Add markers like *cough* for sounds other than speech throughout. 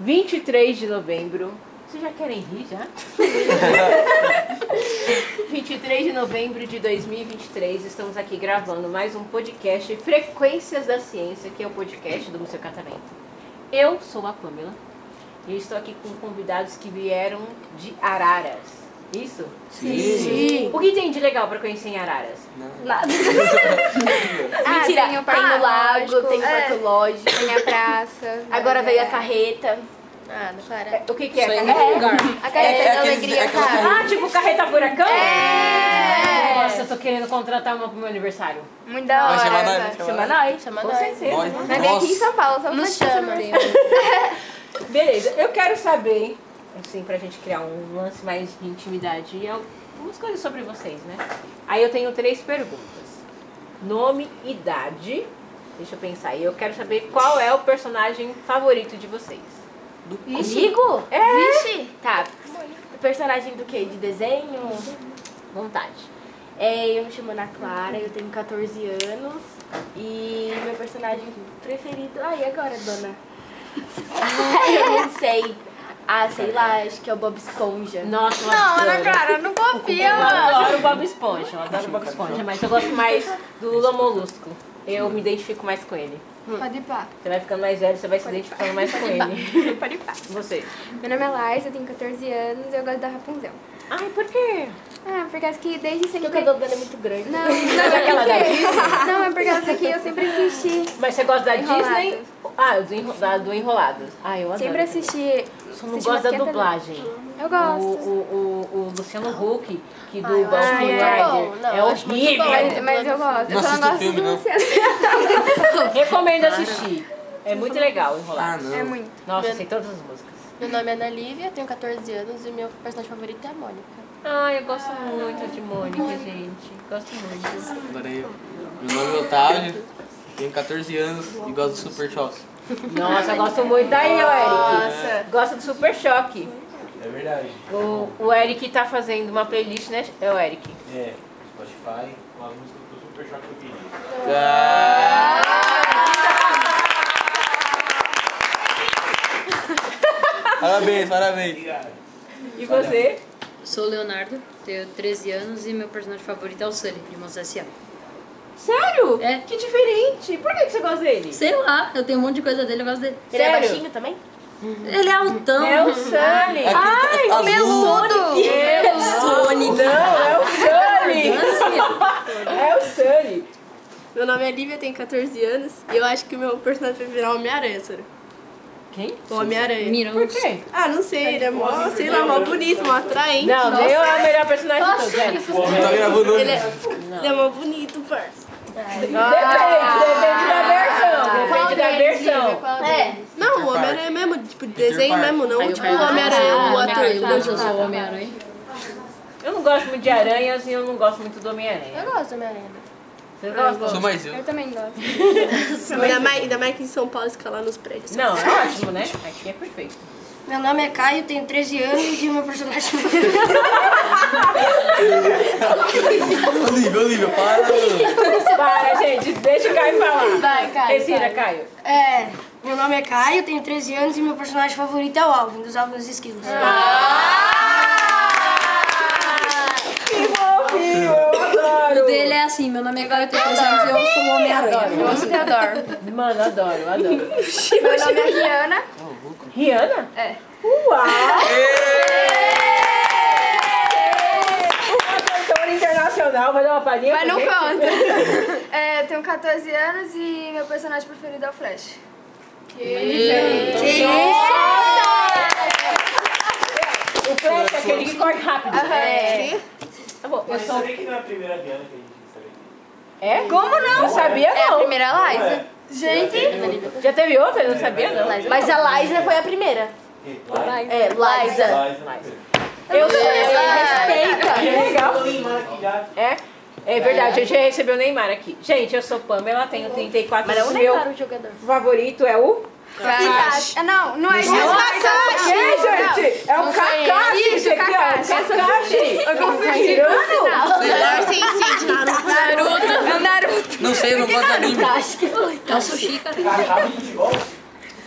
23 de novembro. Vocês já querem rir *laughs* já? 23 de novembro de 2023, estamos aqui gravando mais um podcast Frequências da Ciência, que é o podcast do Museu Catavento. Eu sou a Pamela e eu estou aqui com convidados que vieram de Araras. Isso? Sim. O que tem de legal para conhecer em Araras? Nada. Mentira. tem o parque Ah, do lago, lógico. tem o É. parque lógico. Tem a *laughs* praça. Agora veio É. a carreta. carreta. Nada, para. O que, que é? Só em Carreta? outro lugar. A carreta É, da aqueles- alegria, aquela cara. Ah, tipo carreta furacão? É. Nossa, eu tô querendo contratar uma pro meu aniversário. Muito da Vai hora. chamar essa. nós, vai Chama chamar nós. Chama Com nós. certeza. Nós- né? Vai vir aqui em São Paulo, só Nos chama. Beleza, eu quero saber, assim, pra gente criar um lance mais de intimidade, e algumas coisas sobre vocês, né? Aí eu tenho três perguntas. Nome, idade, deixa eu pensar, e eu quero saber qual é o personagem favorito de vocês. Comigo? É, Vixe. Tá. Personagem do quê? De desenho? vontade. É, eu me chamo Ana Clara, eu tenho 14 anos. E meu personagem preferido... Ai, e agora, *laughs* dona? Ah, eu não sei. Ah, sei lá, acho que é o Bob Esponja. Nossa, eu Não, Ana adoro. Clara, não confia, Eu mano. adoro o Bob Esponja, eu adoro o Bob Esponja, mas eu gosto mais do Lula Molusco. Eu me identifico mais com ele. Hum. Pode ir pá. Você vai ficando mais velho, você vai se identificando mais com *laughs* ele. Pode ir pá. Você. Meu nome é Lars, eu tenho 14 anos eu gosto da Rapunzel. Ai, por quê? Ah, por causa que desde Porque sempre. o cabelo dela é muito grande. Não, Sabe aquela da não, é por causa que eu sempre assisti. Mas você gosta da Enrolados. Disney? Ah, do, enro da, do Enrolados. Ah, eu adoro. Sempre assisti. Só não assisti gosto da umas 50 dublagem. Eu O, gosto. o, o, o Luciano Huck, que do Ghost acho muito Rider, bom. Não, é eu acho muito horrível. bom. Mas, mas eu gosto. Não eu só assisto não gosto filme, do não. Luciano. Recomendo assistir. É muito legal Ah, Enrolados. não. É muito. Nossa, eu sei todas as músicas. Meu nome é Ana Lívia, tenho 14 anos e meu personagem favorito é a Mônica. Ai, Ah, eu gosto muito de Mônica, gente. Gosto muito. Agora eu. Meu nome é Otávio, tenho 14 anos e gosto do Super Choque. Nossa, eu gosto muito da Eric. Nossa. Gosto do Super Choque. É verdade. O, o Eric tá fazendo uma playlist, né? É o Eric. É, Spotify, uma música do Super Choque eu queria. Ah, parabéns, parabéns. E você? Sou o Leonardo, tenho 13 anos e meu personagem favorito é o Sully, de Monstros S.A. Sério? É. Que diferente. Por que que você gosta dele? Sei lá, eu tenho um monte de coisa dele, eu gosto dele. Ele é Sério? baixinho também? Ele é altão. É o Sully. É aquele azul. Sonic. É o Sonic. Não, é o Sully. É o Sully. Meu nome é Lívia, tenho 14 anos e eu acho que o meu personagem preferido é o Homem-Aranha, sério. Quem? O Homem-Aranha. Miram. Por quê? Ah, não sei, ele é mó, sei lá, mó bonito, mó atraente. Não, Nossa. eu é o melhor personagem de todos. Gente. Não tá gravando Ele é, hoje. ele é mó bonito, parça. Depende, depende da Ah, versão. Depende da versão. É. Não, o Parker. Homem-Aranha mesmo, tipo, Peter desenho Parker. mesmo, não Aí tipo vai o lá, Homem-Aranha, ah, o Homem-Aranha, ator. tá, Não, eu tipo, sou o Homem-Aranha. Eu não gosto muito de aranhas e eu não gosto muito do Homem-Aranha. Eu gosto da minha lenda. Vocês gostam? Sou mais eu. Eu também gosto. ainda, mais, ainda mais que em São Paulo escalar nos prédios. Não, é ótimo, né? Aqui é perfeito. Meu nome é Caio, tenho 13 anos e meu personagem favorito Olívio, Olívio, para. Para, gente, deixa o Caio falar. Vai, Caio. Decida, Caio. é. Meu nome é Caio, tenho 13 anos e meu personagem favorito é o Alvin, dos Alvin dos Esquilos. Fofinho, eu adoro. O dele é assim, meu nome é Caio, eu tenho 13 anos e eu um sou o Homem-Aranha. Eu amo Theodore. Mano, adoro, adoro. *laughs* Meu nome é Rihanna. Rihanna? É. Uau! Uma cantora internacional, vai dar uma palhinha Mas pra *laughs* não gente? conta. *laughs* É, eu tenho 14 anos e meu personagem preferido é o Flash. Uhum. O Flash é aquele que corre rápido. É. Tá bom, eu Mas sou... sabia que não é a primeira Diana que a gente sabia. É? Como não? Não sabia É a não. primeira Liza. é. Gente! Já teve outra? Eu não sabia não. Mas a Liza foi a primeira. É, Liza. Eu sou... Respeita. Que legal. Maquilhar. É? É verdade, a gente recebeu o Neymar aqui. Gente, eu sou Pamela, tenho 34 anos. Meu Neymar, o jogador. favorito é o... Ah, não, não é isso. É, gente! É o Kakashi, gente! Kakashi! Eu confesso. Sei lá, Sensei de Naruto. Naruto. não sei, eu não gosto de anime. É o sushi, cara. Cacá do futebol?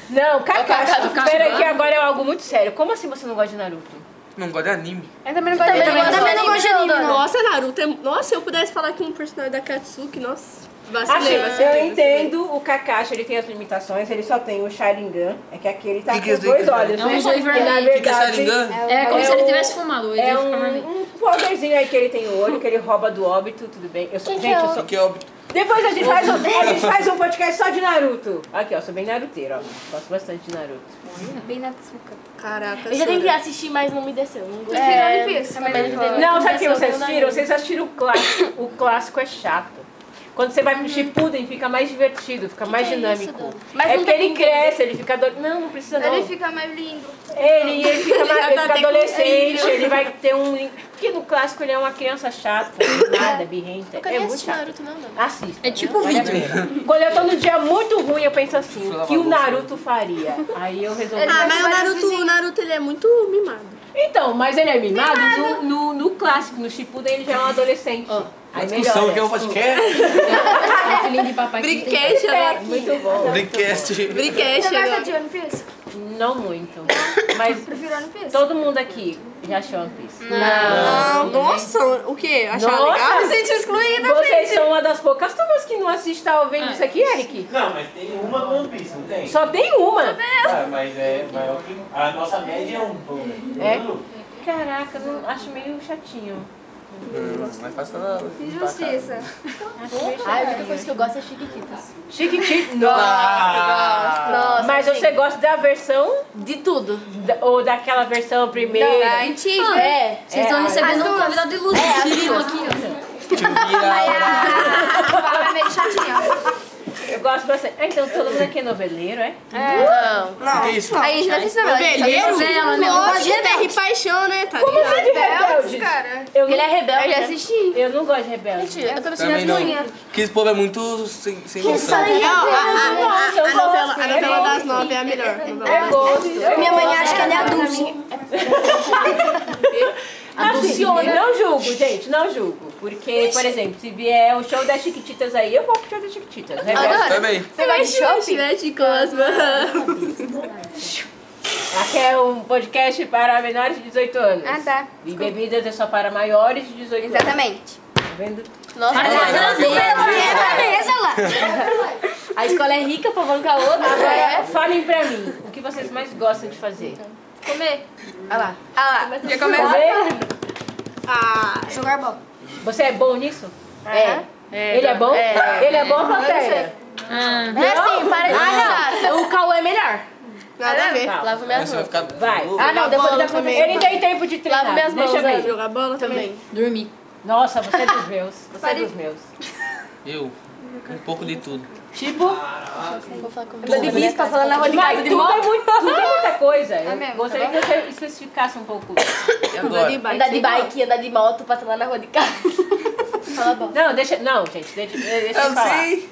Não, Kakashi, Kakashi. Kakashi, Pera mano. que agora é algo muito sério. Como assim você não gosta de Naruto? Não gosto de anime. Eu também não gosto de Eu também não gosto de anime, não. Nossa, Naruto. é- Nossa, se eu pudesse falar com um personagem da Katsuki, nossa. Assim, Vacilei, vacilei, eu vacilei. entendo o Kakashi, ele tem as limitações, ele só tem o Sharingan, é que aquele tá Que que com é os dois isso aí? olhos, É um né? olho Que, na vermelho. Que que é verdade, Sharingan? É como É se ele um- tivesse fumado. Ele É ia ficar vermelho. um, um poderzinho aí que ele tem o olho, que ele rouba do óbito, tudo bem. Eu sou, gente, eu sou... Que é óbito. Depois a gente, faz um, a gente faz um podcast só de Naruto. Aqui, ó, sou bem naruteiro, ó. Gosto bastante de Naruto. Bem na açúcar. Caraca, Eu já chorando. tentei assistir, mas não me desceu. Não gostei. Prefiro One Piece. também não gosto. Não, sabe o que Começou vocês pelo assistiram? Naruto. Vocês assistiram o clássico. O clássico é chato. Quando você vai pro Shippuden, fica mais divertido, fica mais dinâmico. Mas é não porque tem ele ninguém. cresce, ele fica... ado- Não, não precisa não. Ele fica mais lindo. Ele, ele fica, mais, ele tá fica até com adolescente, filho. ele vai ter um. Porque no clássico ele é uma criança chata, nada, birrenta. Nunca é nem muito assisti chato. Naruto, não, não. Assista. É tipo Vale a pena. Quando eu tô num dia muito ruim, eu penso assim: o que o Naruto faria? Aí eu resolvi. Ah, mas o Parece Naruto, assim. o Naruto, ele é muito mimado. Então, mas ele é mimado no, no, no clássico, no Shippuden ele já é um adolescente. A Aí discussão melhor. que é um podcast. É filhinho de papai. que não tem Brinquedo, né? é Muito bom. Podcast. Brinquedo, Você gosta né? de One Piece? Não muito. Mas Prefiro One Piece. todo mundo aqui já achou One Piece. Ah, nossa, o quê? Achar Nossa. legal? Me senti excluída. Vocês são uma das poucas turmas que não assiste, tá ouvindo isso aqui, Eric? Não, mas tem uma do One Piece, não tem? Só tem uma. Ah, mas é maior que. A nossa média é um pão. É? Caraca, não, acho meio chatinho. Hum, Mas passa nada. Injustiça. Ai, a única coisa que eu gosto é Chiquititas. Chiquitito. Nossa, Nossa, Mas sim. você gosta da versão De tudo. da- ou daquela versão primeira? antiga. É. Vocês estão É, recebendo um convidado ilustre aqui, Tira. Ela é meio chatinha. Eu gosto bastante. Ah, então todo mundo aqui é noveleiro, é? Não. O que é isso? Aí a gente vai assistir Noveleiro? novela, né? Lógico, é terra e paixão, né? Tá ligado? Você é de rebelde? cara. Eu Ele é não, rebelde. Eu já né? assisti. eu não gosto de rebelde. Mentira. Eu tô me Também sentindo não. ruim. Que esse povo é muito sem, sem noção. Não, a, a- a- Nossa, eu a novela, a gosto, novela eu das nove é a melhor. novela. Eu gosto. Minha mãe acha que ela é a Dulce. Assim, não julgo, gente, não julgo. Porque, por exemplo, se vier o show das Chiquititas aí, eu vou pro show das Chiquititas. Rebelde. Também. Você vai de shopping? Mexe, Cosma. Aqui é um podcast para menores de 18 anos. Ah, tá. E bebidas é só para maiores de 18 anos. Exatamente. Tá vendo? A escola é rica, falando com a outra. Agora, falem pra mim, o que vocês mais gostam de fazer? Comer. Olha lá. Ah lá. Já começa. é Fazer? Ah, Jogar bola. Você é bom nisso? É. Ele é bom? Ele é bom, plateia? Ah, Não é assim, para de achar. O Cauê é melhor. nada a ver. Tá. Lava minhas Você vai mãos. ficar. Vai. Ah, não, depois Bola da também. Ele tem tempo de treinar, Lavo minhas deixa mãos, eu ver. Ana. Jogar bola tá também. dormi. Nossa, você é dos meus. Você é Pare- dos meus. Eu. Um pouco de tudo. Tipo, Ele tá falando na rua de casa mas de tudo moto. é, muito, tudo é muita coisa. Eu mesmo, tá gostaria que você especificasse um pouco. E Andar agora? de bike. Andar de bike, andar de moto, passar lá na rua de casa. *laughs* Fala bom. Não, deixa. Não, gente, deixa, deixa eu, Eu falar. sei.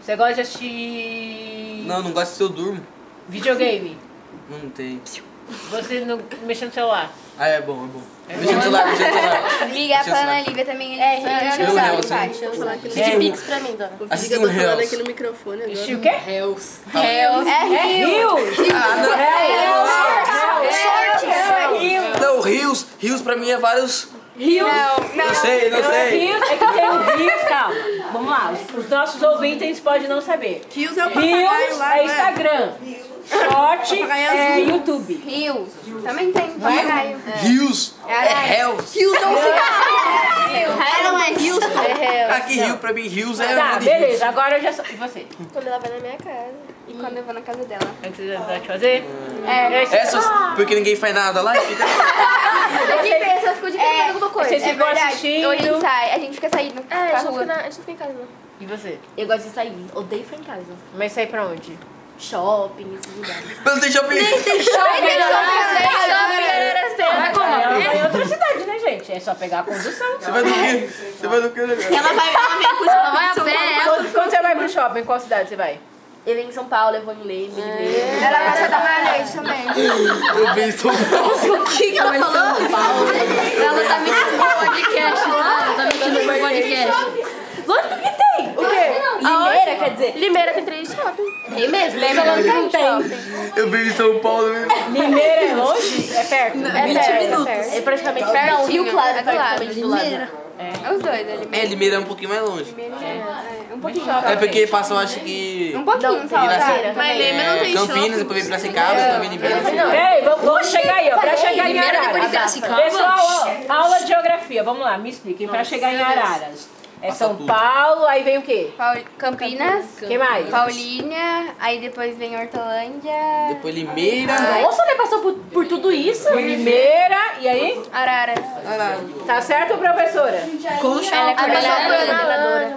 Você gosta de assistir Não, não gosto se eu durmo. videogame? Não tem. Você não mexendo no celular. Ah, é bom, é bom. Mexer no celular, mexer no celular. Ligar Deixa eu pra Ana falar. né, Lívia também. Ana É, Lívia eu não sabe o sei. que faz. Deixa eu falar É, aqui no microfone. Pix pra mim, dona. Eu Assistiu tô falando Reels. aqui no microfone agora. Assistir o quê? Reus. É É Rios! Ah, não. É Rios! Ah, Não, rios. Rios pra mim é vários. Rios! Não sei, não Não é sei. Rios, é que tem o Rios, calma. Vamos lá, os, os nossos ouvintes podem não saber. Rios é o papagaio Rios lá, é né? não é? Instagram. Short Papagaio é azul. YouTube. Rio. Também tem. Então, Papagaio. Rios. É Hells. Rios é um cigarro. Ela não é Houston. Aqui, Rio, pra mim, Rios é Tá, um de Rios. beleza, agora eu já sou. E você? Quando ela vai na minha É, casa. E quando eu vou na casa dela. O que você vai fazer? É. Esse- Essas, porque ninguém faz nada lá e fica. Quem pensa ficou de quem alguma coisa. Vocês é ficam verdade. assistindo. Ou a gente sai. A gente fica saindo É, pra a gente, rua. fica na, a gente fica em casa, né? não. E você? Eu gosto de sair, odeio ficar em casa. Mas sair pra onde? Shopping, esses lugares. Mas não tem shopping. Vai Ela como? mora em outra cidade, né, gente? É só pegar a condução. Você vai no quê? Você vai no quê, né? Ela vai ela vem pro Ela vai a São É, Paulo. pé, ela Quando, quando você vai pro shopping, qual cidade você vai? Eu venho em São Paulo, eu vou em Leme, de Leme. Ela gosta da minha leite também. Eu penso. O que que ela falou? tá um né? Limeira tem três shopping. Tem mesmo, né? Limeira não tem shopping. Eu vejo em São Paulo. né? Limeira é longe? É perto. É perto, é perto. É praticamente perto. E o Claro, é praticamente do lado. É os dois, ele É, Limeira é um pouquinho mais longe. Um pouquinho shopping. É porque passou, acho que. Um pouquinho só, Viraci- tá? Mas Lema não é, tem É. Campinas, shopping. depois veio pra Secaba, também Limeira. assim. Peraí, vamos, vamos chegar aí, ó. Pra chegar em Primeiro, depois de Araras. Piracicaba. Pessoal, ó, aula de geografia, vamos lá, me expliquem. Pra chegar em Araras. É Passa São tudo. Paulo, aí vem o quê? Paul- Campinas, Quem mais? Paulínia, aí depois vem Hortolândia, Depois Limeira. Nossa, né? Passou por, por tudo isso? Primeira, e aí? Araras. Tá certo, professora? Ela é coordenadora. coordenadora.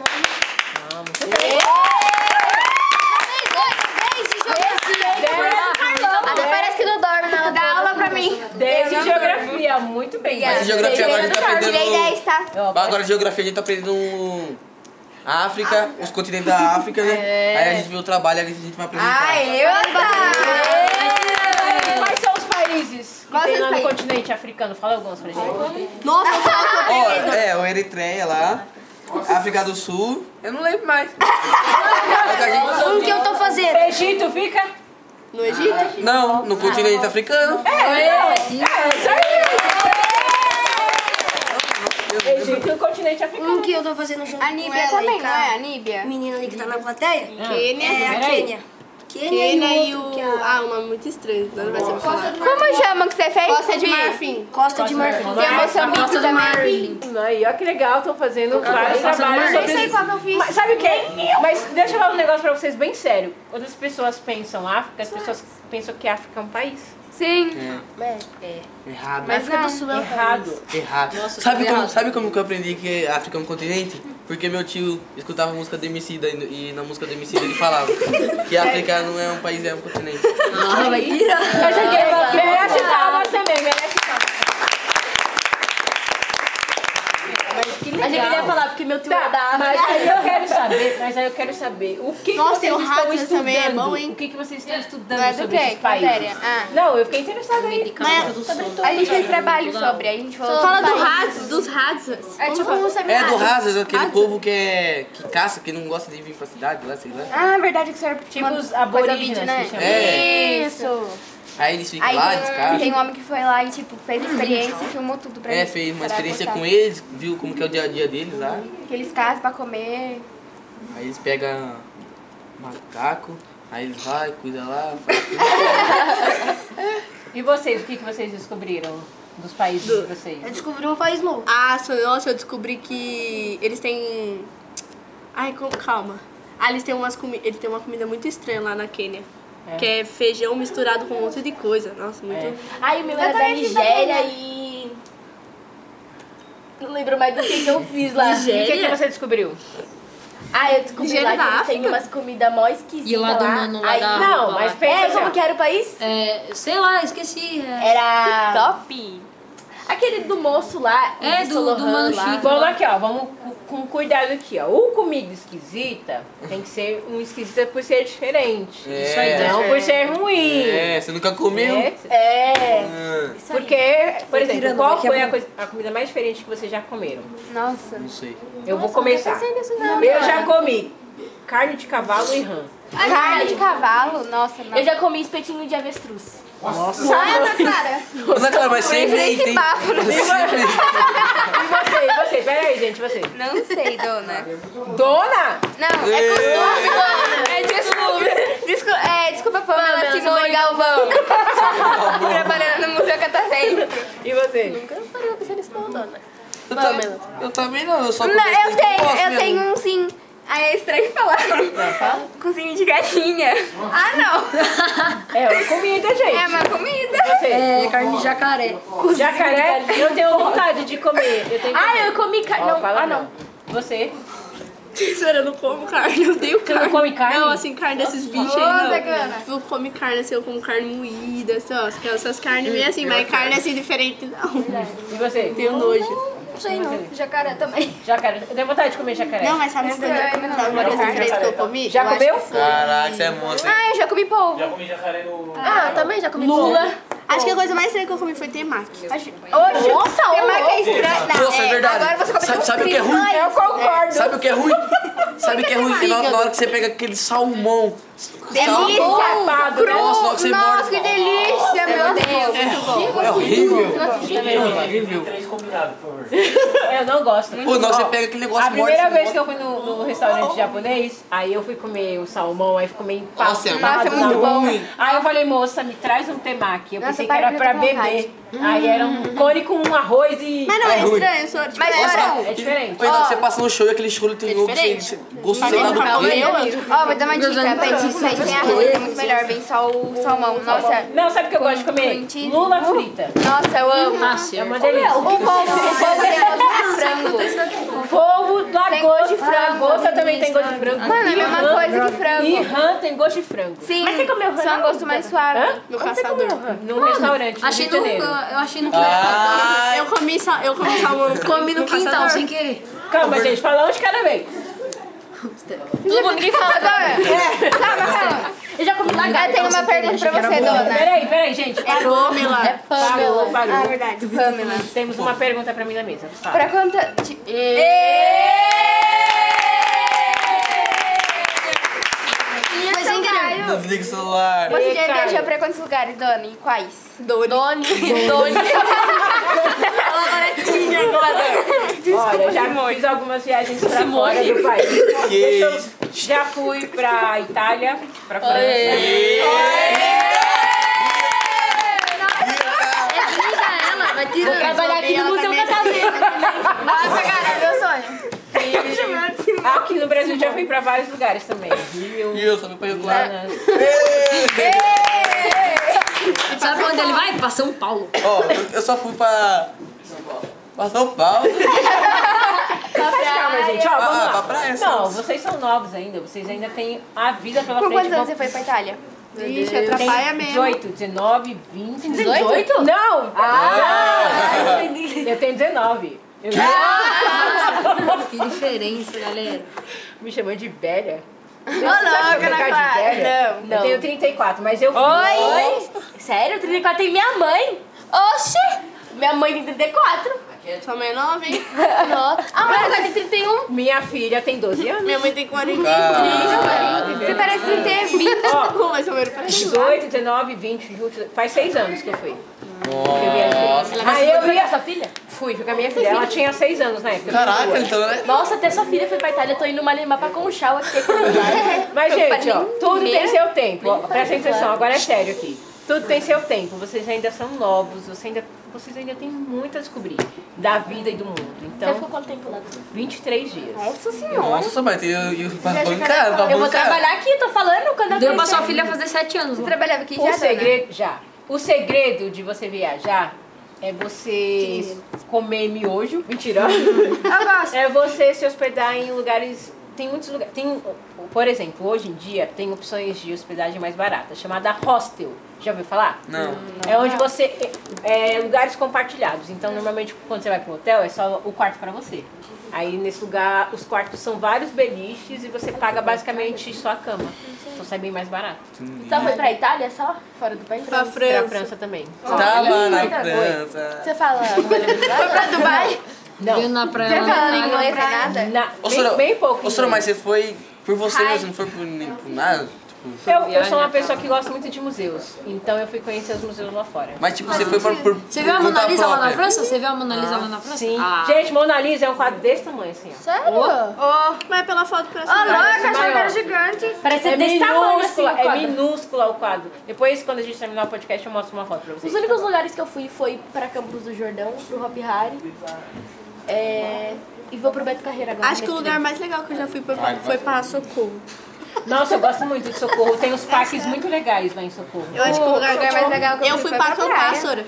Até parece que não dorme na Dá aula pra mim. 10 em geografia, muito bem. Mas em geografia agora a gente tá Tirei 10, aprendendo. tá? Ó, Agora em geografia a gente tá aprendendo a África, os continentes da África, né? É. Aí a gente vê o trabalho ali que a gente vai Ah, apresentar. eu tá. Quais são os países que Quais tem os lá no países? continente africano? Fala alguns pra gente. Nossa, eu falo que Ó, é, o Eritreia lá, África do Sul. Eu não lembro mais. Como que eu tô fazendo? Egito fica? eu- no Egito? Não, no continente africano. É, isso aí. Egito é o continente Um africano. que eu tô fazendo junto A com Níbia ela também, e não com é? A a Níbia. menina ali que tá na plateia é Quênia. a Peraí. Quênia. Quênia, Quênia e e outro o. que é a Ah, um nome muito estranho. Não vai ser falar. Como chama que você fez? Costa de Bi? Marfim. Costa de Marfim. Tem a Moçambique também. Hum. Aí, ó que legal, estão fazendo vários trabalhos Eu sobre sei qual que eu fiz. Mas sabe o que? Mas deixa é eu falar um negócio pra vocês bem sério. Quando as pessoas pensam África, as pessoas pensam que África é um país. Sim. É. É, Errado. África do é um Sul Errado. Errado. Nossa, sabe, tudo como, errado. sabe como que eu aprendi que a África é um continente? Porque meu tio escutava música do Emicida e, e na música do Emicida ele falava que a África não é um país, é um continente. Ah, vai virar. Mas ninguém merece palmas também, merece palmas. A gente queria falar porque meu tio é da Tá, mas aí eu quero saber, mas aí eu quero saber o que, que Nossa, vocês tem o estão Hadza também, é estudando? bom, hein? O que, que vocês É. estão estudando Mas do sobre quê? esses Que países? matéria? Ah. Não, eu fiquei interessada aí. América do Sul. A gente fez trabalho sobre, a gente falou Fala do país. Hades, dos Hades. É tipo um É do seminário. Razas, aquele povo que é. que caça, que não gosta de vir pra cidade lá, sei lá. Ah, verdade que o senhor Tipo mandou os coisa aborígenes vídeo, né? que chamam. É. Isso. Aí eles ficam Aí lá, tem um- descaçam. tem um homem que foi lá e tipo fez experiência e filmou tudo pra É, gente. fez uma pra experiência postar. com eles, viu como que é o dia a dia deles lá. Que eles casam pra comer. Aí eles pegam macaco, aí eles vai, cuida lá, faz *laughs* tudo. E vocês, o que, que vocês descobriram dos países de vocês? É. Eu descobri um país novo. Ah, so- nossa, eu descobri que eles têm. Ai, com- calma. Ah, eles têm umas comi... Ele tem uma comida muito estranha lá na Quênia. É. Que é feijão misturado com um monte de coisa. Nossa, muito. É. Ai, o meu era da Nigéria e. Não lembro mais do que, que eu fiz lá. E o que, que Nigéria? você descobriu? Ah, eu descobri Nigéria da lá que eles têm África? umas comidas mó esquisitas. E lá do mano lá Aí- da Não, roupa mas lá. pensa É, assim, ó. como que era o país? É, sei lá, esqueci. É, Era. Top! Aquele do moço lá. É, do- do mano lá. Chico. Vamos aqui, ó. Vamos cu- com cuidado aqui, ó. O comida esquisita tem que ser um esquisita por ser diferente. É. Isso aí. Não por ser ruim. É, você nunca comeu? Né? É. Ah, Porque, tá por exemplo, tirando, qual vai que é foi a, bom. coisa- a comida mais diferente que vocês já comeram? Nossa. não sei. Eu vou começar. Eu já comi carne de cavalo e rã. Carne de cavalo? Nossa, não. Eu já comi espetinho de avestruz. Sai da cara. Mas, é claro, mas sempre aí tem. papo. Sempre- E você, e você? Pera aí, gente, você. Não sei, dona. Dona! Não, é costume, dona. É desculpa. Desculpa, é, desculpa Pamela Simone Galvão. Trabalhando no Museu Catavento. E você? Eu parei pra pensar nisso não, dona. Eu, tam- eu também não, eu só Não, comia as coisas eu que gosto tenho, eu mesmo. tenho um sim. Ah, é estranho falar. Cozinho de galinha. Ah, não. É, uma comida, gente. É uma comida. Você. é carne de jacaré. Jacaré, eu tenho vontade de comer. Eu tenho Ah, vontade. eu comi Ó, carne. Não, fala ah, não. Você? Sério, eu não como carne, eu odeio não carne. come carne? Não, assim, carne desses bichos aí, Nossa, não. Gana. Eu como carne, assim, eu como carne moída, assim, ó, aquelas- essas carnes meio Hum, assim, mas carne é. assim diferente, não. *laughs* E você? Tenho nojo. Não sei não. Jacaré também. Jacaré. Eu tenho vontade de comer jacaré. Não, mas sabe é, Estranho, estranho, não. sabe uma dessas três que eu comi? Já Eu acho comeu? um que foi- Caraca, você é monstro. hein? Ah, eu já comi polvo. Já comi jacaré no. Ah, eu também já comi Lula. Acho que a coisa mais estranha que eu comi foi temaki. Hoje, Nossa, tem marca estranha. Não, Nossa, é verdade. Ah, Agora você cometeu Sabe- um sabe o que é crime. ruim? Ai, Eu concordo. Sabe o que é ruim? Sabe que é ruim? Na na hora que você pega aquele salmão. Delícia! Salmão. Tapado, né? Nossa, na hora que você Nossa, morde. que delícia, meu Deus. É horrível. É horrível. Três combinados, por favor. Eu não gosto. Pô, não, você pega aquele negócio A e primeira morde, vez que eu fui no, no restaurante japonês, aí eu fui comer o salmão, aí ficou meio Nossa, é empanado muito na mão. ruim. Aí eu falei, moça, me traz um temaki. Eu Nossa, pensei que para era que eu pra tô com beber. Aí era um cone com um arroz e... Mas não, É é, ruim. estranho, só tipo, Mas é- olha, Não, é diferente. E, na hora que você passa no show e aquele choro tem um gosto, gosto sei lá do Tá quê. vendo? Ó, vou dar uma dica. Pede isso aí sem arroz, é muito melhor. Vem só o salmão. Nossa, Não, sabe o que eu gosto de comer? Mentira. Lula frita. nossa, eu amo. Ah, É uma certo. delícia. O povo, o *laughs* povo tem gosto de frango. Polvo, lagosta, gosto de de frango. frango. Lagosta também tem gosto de frango. Mano, é a mesma Rã- coisa que frango. E rã tem gosto de frango. Sim, Mas você comeu rã? só um na gosto rua? mais suave. Hã? No caçador. No restaurante, Achei no no, Rio de eu Janeiro. achei no Ah, Eu comi, sal, eu comi salmão. Comi no quintal, caçador. sem querer. Calma, gente, fala um de cada vez. Todo mundo que fala agora. Calma, Eu já comi então, calma. É. Eu tenho uma pergunta pra você, dona. Peraí, peraí, gente. Parou, É Pamela. É Ah, é parou, parou. verdade. Pamela. Temos uma pergunta pra mim na mesa. Fala. Pra quanta... ti- Ih, Mas é seu incrível. Caio, desliga o celular. Você Ih, já Caio. viajou pra quantos lugares, Dona? E quais? Doni. *laughs* Doni. Olha, eu já fiz algumas viagens pra fora do país. Que Já fui pra Itália, pra França. Tira ela, vai tirando. Trabalhar aqui no Museu Catavento. Nossa, cara, é meu sonho. Aqui no Brasil já fui pra vários lugares também. Rio, E eu, sabe pra eu lá. Ah, Minas. Sabe onde ele vai? Pra São Paulo. Ó, eu- eu só fui pra. Pra São Paulo. Mas calma, gente. Ó, vamos Ah, lá. pra praia, Não, Santos. vocês são novos ainda. Vocês ainda têm a vida pela Por frente. quantos Vão- anos você foi pra Itália? Ixi, atrapalha mesmo. 18, 19, 20, 18? Não! Ah! Eu tenho 19. Eu- Ah! Que diferença, galera. Me chamando de velha. Não, não, que não é claro. velha? Não, Eu não. tenho 34, mas eu fui. Oi? Sério? 34 tem minha mãe? Oxi! Minha mãe tem 34. Sua mãe é nova, hein? Nossa. A mãe tem 31. Minha filha tem 12 anos. Minha mãe tem 40. Ah, Você parece um que ter 20. Ó, Pô, mas eu era pra 18, 19, 20, 21, faz 6 anos que eu fui. Eu viajei. Nossa. Aí eu ia sua filha? Fui, fui com a minha filha. Ela tinha 6 anos na época. Caraca, então, né? Nossa, até sua filha foi pra Itália. Eu tô indo uma limar pra Conchal aqui. Mas, gente, ó, tudo tem primeiro, seu tempo. ó. Presta atenção, agora é sério aqui. Tudo tem seu tempo. Vocês ainda são novos, vocês ainda, vocês ainda têm muito a descobrir da vida e do mundo. Você Então, ficou quanto tempo lá? 23 dias. Nossa senhora. Nossa, só mas tem pra bancar, pra Eu vou bancar. trabalhar aqui, tô falando. Quando eu Deu pra crescer. sua filha fazer sete anos Você lá. trabalhava aqui já, né? O dona? segredo, já. O segredo de você viajar é você comer miojo. Mentira. Eu gosto. É você se hospedar em lugares. Tem muitos lugares. Tem, por exemplo, hoje em dia tem opções de hospedagem mais barata, chamada hostel. Já ouviu falar? Não. É onde você. É, é lugares compartilhados. Então, normalmente, quando você vai para um hotel, é só o quarto para você. Aí, nesse lugar, os quartos são vários beliches e você paga basicamente só a cama. Então, sai bem mais barato. Só foi pra Itália, só? Fora do país? Pra Pra França. França também. Tava na Oi. França. Você fala... Foi pra Dubai? Não. Viu na praia. Você lá falando na inglês, praia. nem nada? Na- Ô, bem- Sora, bem pouco. né? Ô, Sora, inglês. mas você foi por você Ai. mesmo, não foi por, nem por nada? Tipo, Eu, eu sou uma pessoa que gosta muito de museus, então eu fui conhecer os museus lá fora. mas tipo, você foi por, por Você viu a por Mona conta Lisa lá na própria? França? Você viu a Mona Lisa lá na França? Sim. Ah. Gente, Mona Lisa é um quadro desse tamanho, assim, ó. Sério? Ô, Mas é pela foto pra oh, essa. louca, achei que era gigante. Parece É ser desse tamanho, assim, o minúscula, é quadro. minúscula o quadro. Depois, quando a gente terminar o podcast, eu mostro uma foto pra Os vocês. únicos lugares que eu fui foi pra Campos do Jordão, pro Hop Hari. É... E vou pro Beto Carreira agora. Acho que o lugar mais legal que eu já fui foi, pra- foi pra Socorro. Nossa, eu gosto muito de Socorro. Tem uns parques muito legais lá em Socorro. Eu acho que o lugar, O lugar mais legal que eu eu fui fui foi pra pra acampar, praia. Sora.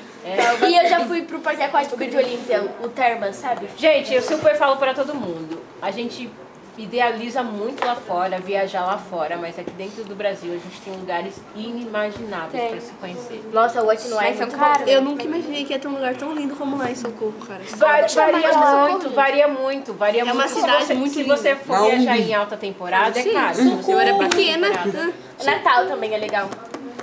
E eu já fui pro Parque Aquático de Olímpia, o Termas, sabe? Gente, eu super falo pra todo mundo. A gente idealiza muito lá fora, viajar lá fora, mas aqui dentro do Brasil a gente tem lugares inimagináveis pra se conhecer. Nossa, o White Noir é Mas são muito caros. bom. Eu nunca imaginei que ia ter um lugar tão lindo como lá em Socorro, cara. Va- varia, mais pra Socorro, muito, gente? varia muito, varia muito, uma Se cidade você- muito Se linda. você for Maombi. viajar em alta temporada, é caro. Se você Socorro for era pra pequena. temporada. Natal também é legal.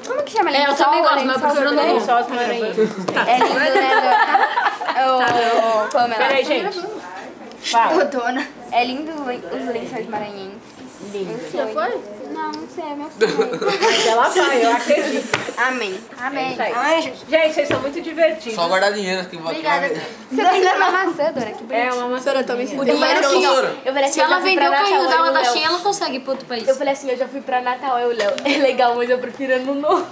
Como que chama? É, eu também gosto, mas eu prefiro não. Tem só os maranhenses. É lindo, né, Dona? Ô, Pamela. Peraí, gente. Fala. Ô, dona. É lindo os lençóis maranhenses. Lindo. Meu sonho. Não, não sei, é meu sonho. Mas ela vai, eu acredito. Amém. Amém. Isso aí. Anjos. Gente, vocês são muito divertidos. né? Só guardar dinheiro que vai. Obrigada. Você tá ainda na maçã, Dora, que É bonito. uma *laughs* maçã. Senhora, tome esse O dinheiro é tesouro. Eu falei assim, Se eu ela já fui vender o pra carrinho Natal, dela eu, da Léo. Shein, ela consegue ir pro outro país. Eu falei assim, eu já fui pra Natal, eu, Léo. É legal, mas eu prefiro ano novo.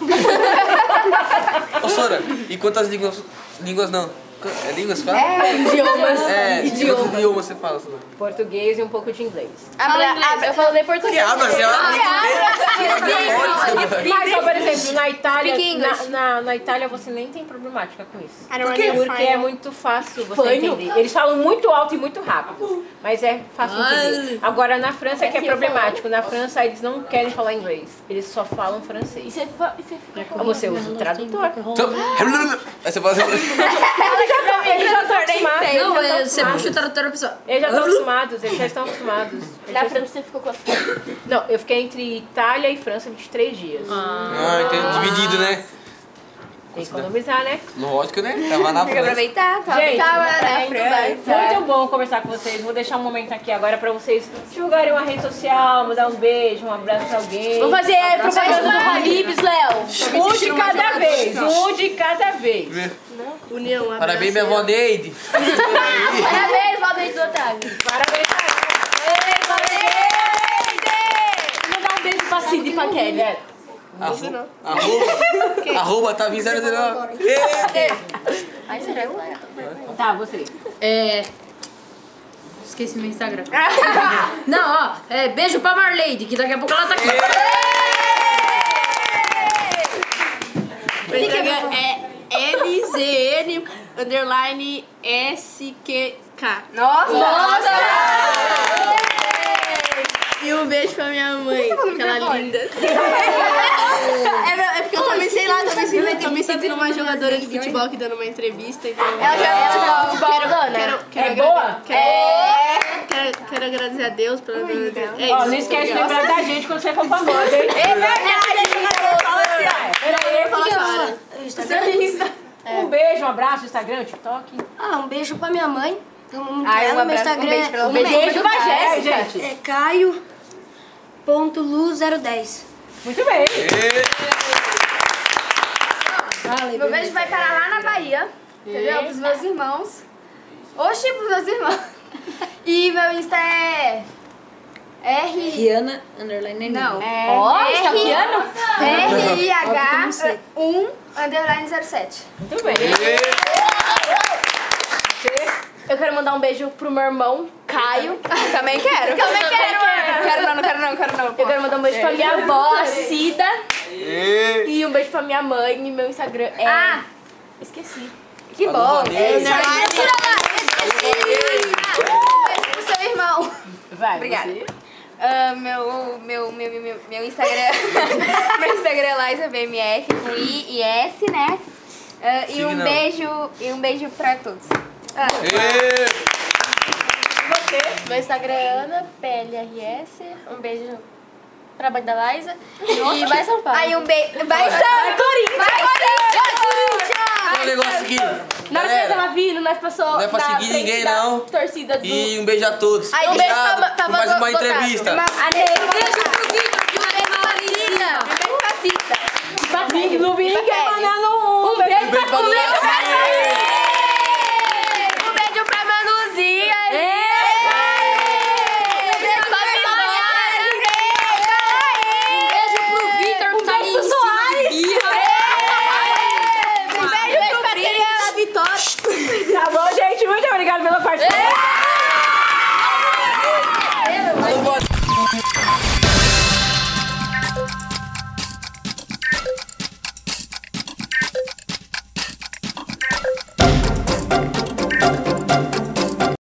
Ô, Sora, e quantas línguas. Línguas não. É línguas, fala? idiomas. É, idioma. quantos idiomas você fala, Sora? Português e um pouco de inglês. Abra- abra- eu falei português. Ah, mas ela tem é, é que ter. Fazer Mas, ó, por exemplo, na Itália, Speak na, English. na, na Itália você nem tem problemática com isso. I don't wanna be Porque é funny. muito fácil você Fanho? entender. Eles falam muito alto e muito rápido, mas é fácil entender. Agora, na França é que é problemático. Na França, eles não querem falar inglês. Eles só falam E francês. você, fa- e você fica com... Você usa o tradutor. Então, Aí você fala assim. Eles já estão acostumados. Não, Eles já é, estão você puxa o acostumados. tradutor da pessoa. *laughs* Eles já estão acostumados. Eles já estão acostumados. Eles Na já- França você ficou com a... Não, eu fiquei entre Itália e França 23 dias. Ah, entendi. Dividido, né? Tem que economizar, né? Lógico, né? Tava na Tem que França. aproveitar, tá? Gente, é Tava na vai, França. né, Muito bom conversar com vocês. Vou deixar um momento aqui agora pra vocês divulgarem uma rede social, mandar um beijo, um abraço pra alguém. Vamos fazer a propaganda do Habibs, Léo. Um de cada vez, um de cada vez. União, abraço. Parabéns, minha avó Neide. Parabéns, Valdeir do Otávio. Parabéns. Mandar um beijo pra Cid e pra Kelly. É, Arroba. Arroba. Arroba tá 2009. Ai, será que vai? Tá, você. É. Esqueci meu *laughs* Instagram. Não, ó. É, beijo pra Marleide, que daqui a pouco ela tá aqui. Meu Instagram é LZN underline SQK. Nossa! Nossa! E um beijo pra minha mãe, aquela linda. *laughs* É, meu- é porque eu também sei lá, também sei lá, tô me sentindo uma jogadora de futebol aqui dando uma entrevista, então. Ela já é Quero, quero, É agrade- boa? Quero, É. quero, quero agradecer a Deus pela minha É isso. Ó, não esquece de lembrar da gente quando você for famosa, hein? Um beijo, um abraço, Instagram, TikTok. Ah, um beijo pra minha mãe. Tamo muito Ai, um ela. Meu abraço, um Instagram beijo pra ela. é- Um beijo pra É, Jéssica. gente. é caio.lu010. Muito bem. Meu beijo vai parar lá na Bahia, entendeu? Pros meus irmãos. Oxi, pros meus irmãos. E meu Insta é... R... Rihanna, underline Não. É... Ó, R- está piano. R-I-H 1 underline 07. Muito bem. Eu quero mandar um beijo pro meu irmão, Caio. Também quero. Também quero. Quero não, quero não, quero Eu não. quero mandar um beijo pra É. minha avó, a Cida. E um beijo pra minha mãe. E meu Instagram é... Ah, Esqueci. que bom. É isso aí. Tira lá, esqueci. Beijo pro seu irmão. Vai, Obrigada. você. Ah, meu, meu, meu, meu, meu, meu Instagram. *laughs* meu Instagram é LaisabMF com I e S, né? Ah, e Siga um não. beijo, e um beijo pra todos. Ah, Meu Instagram é Ana, PLRS. Um beijo pra banda Liza. E vai São Paulo. aí um beijo. Vai, São! Vai, Tem um negócio aqui. Na hora que eu É. Galera, tava vindo, nós passou Não é pra na seguir frente ninguém, da não. torcida do... E um beijo a todos. Aí, um beijo pra- Obrigado pra por mais uma Botafogo. entrevista. Um beijo pra Cita. é Big Domingo, Kelly. mandando um Um beijo Um beijo pra pra Duda. Duda. Um Um Um É. Um Tá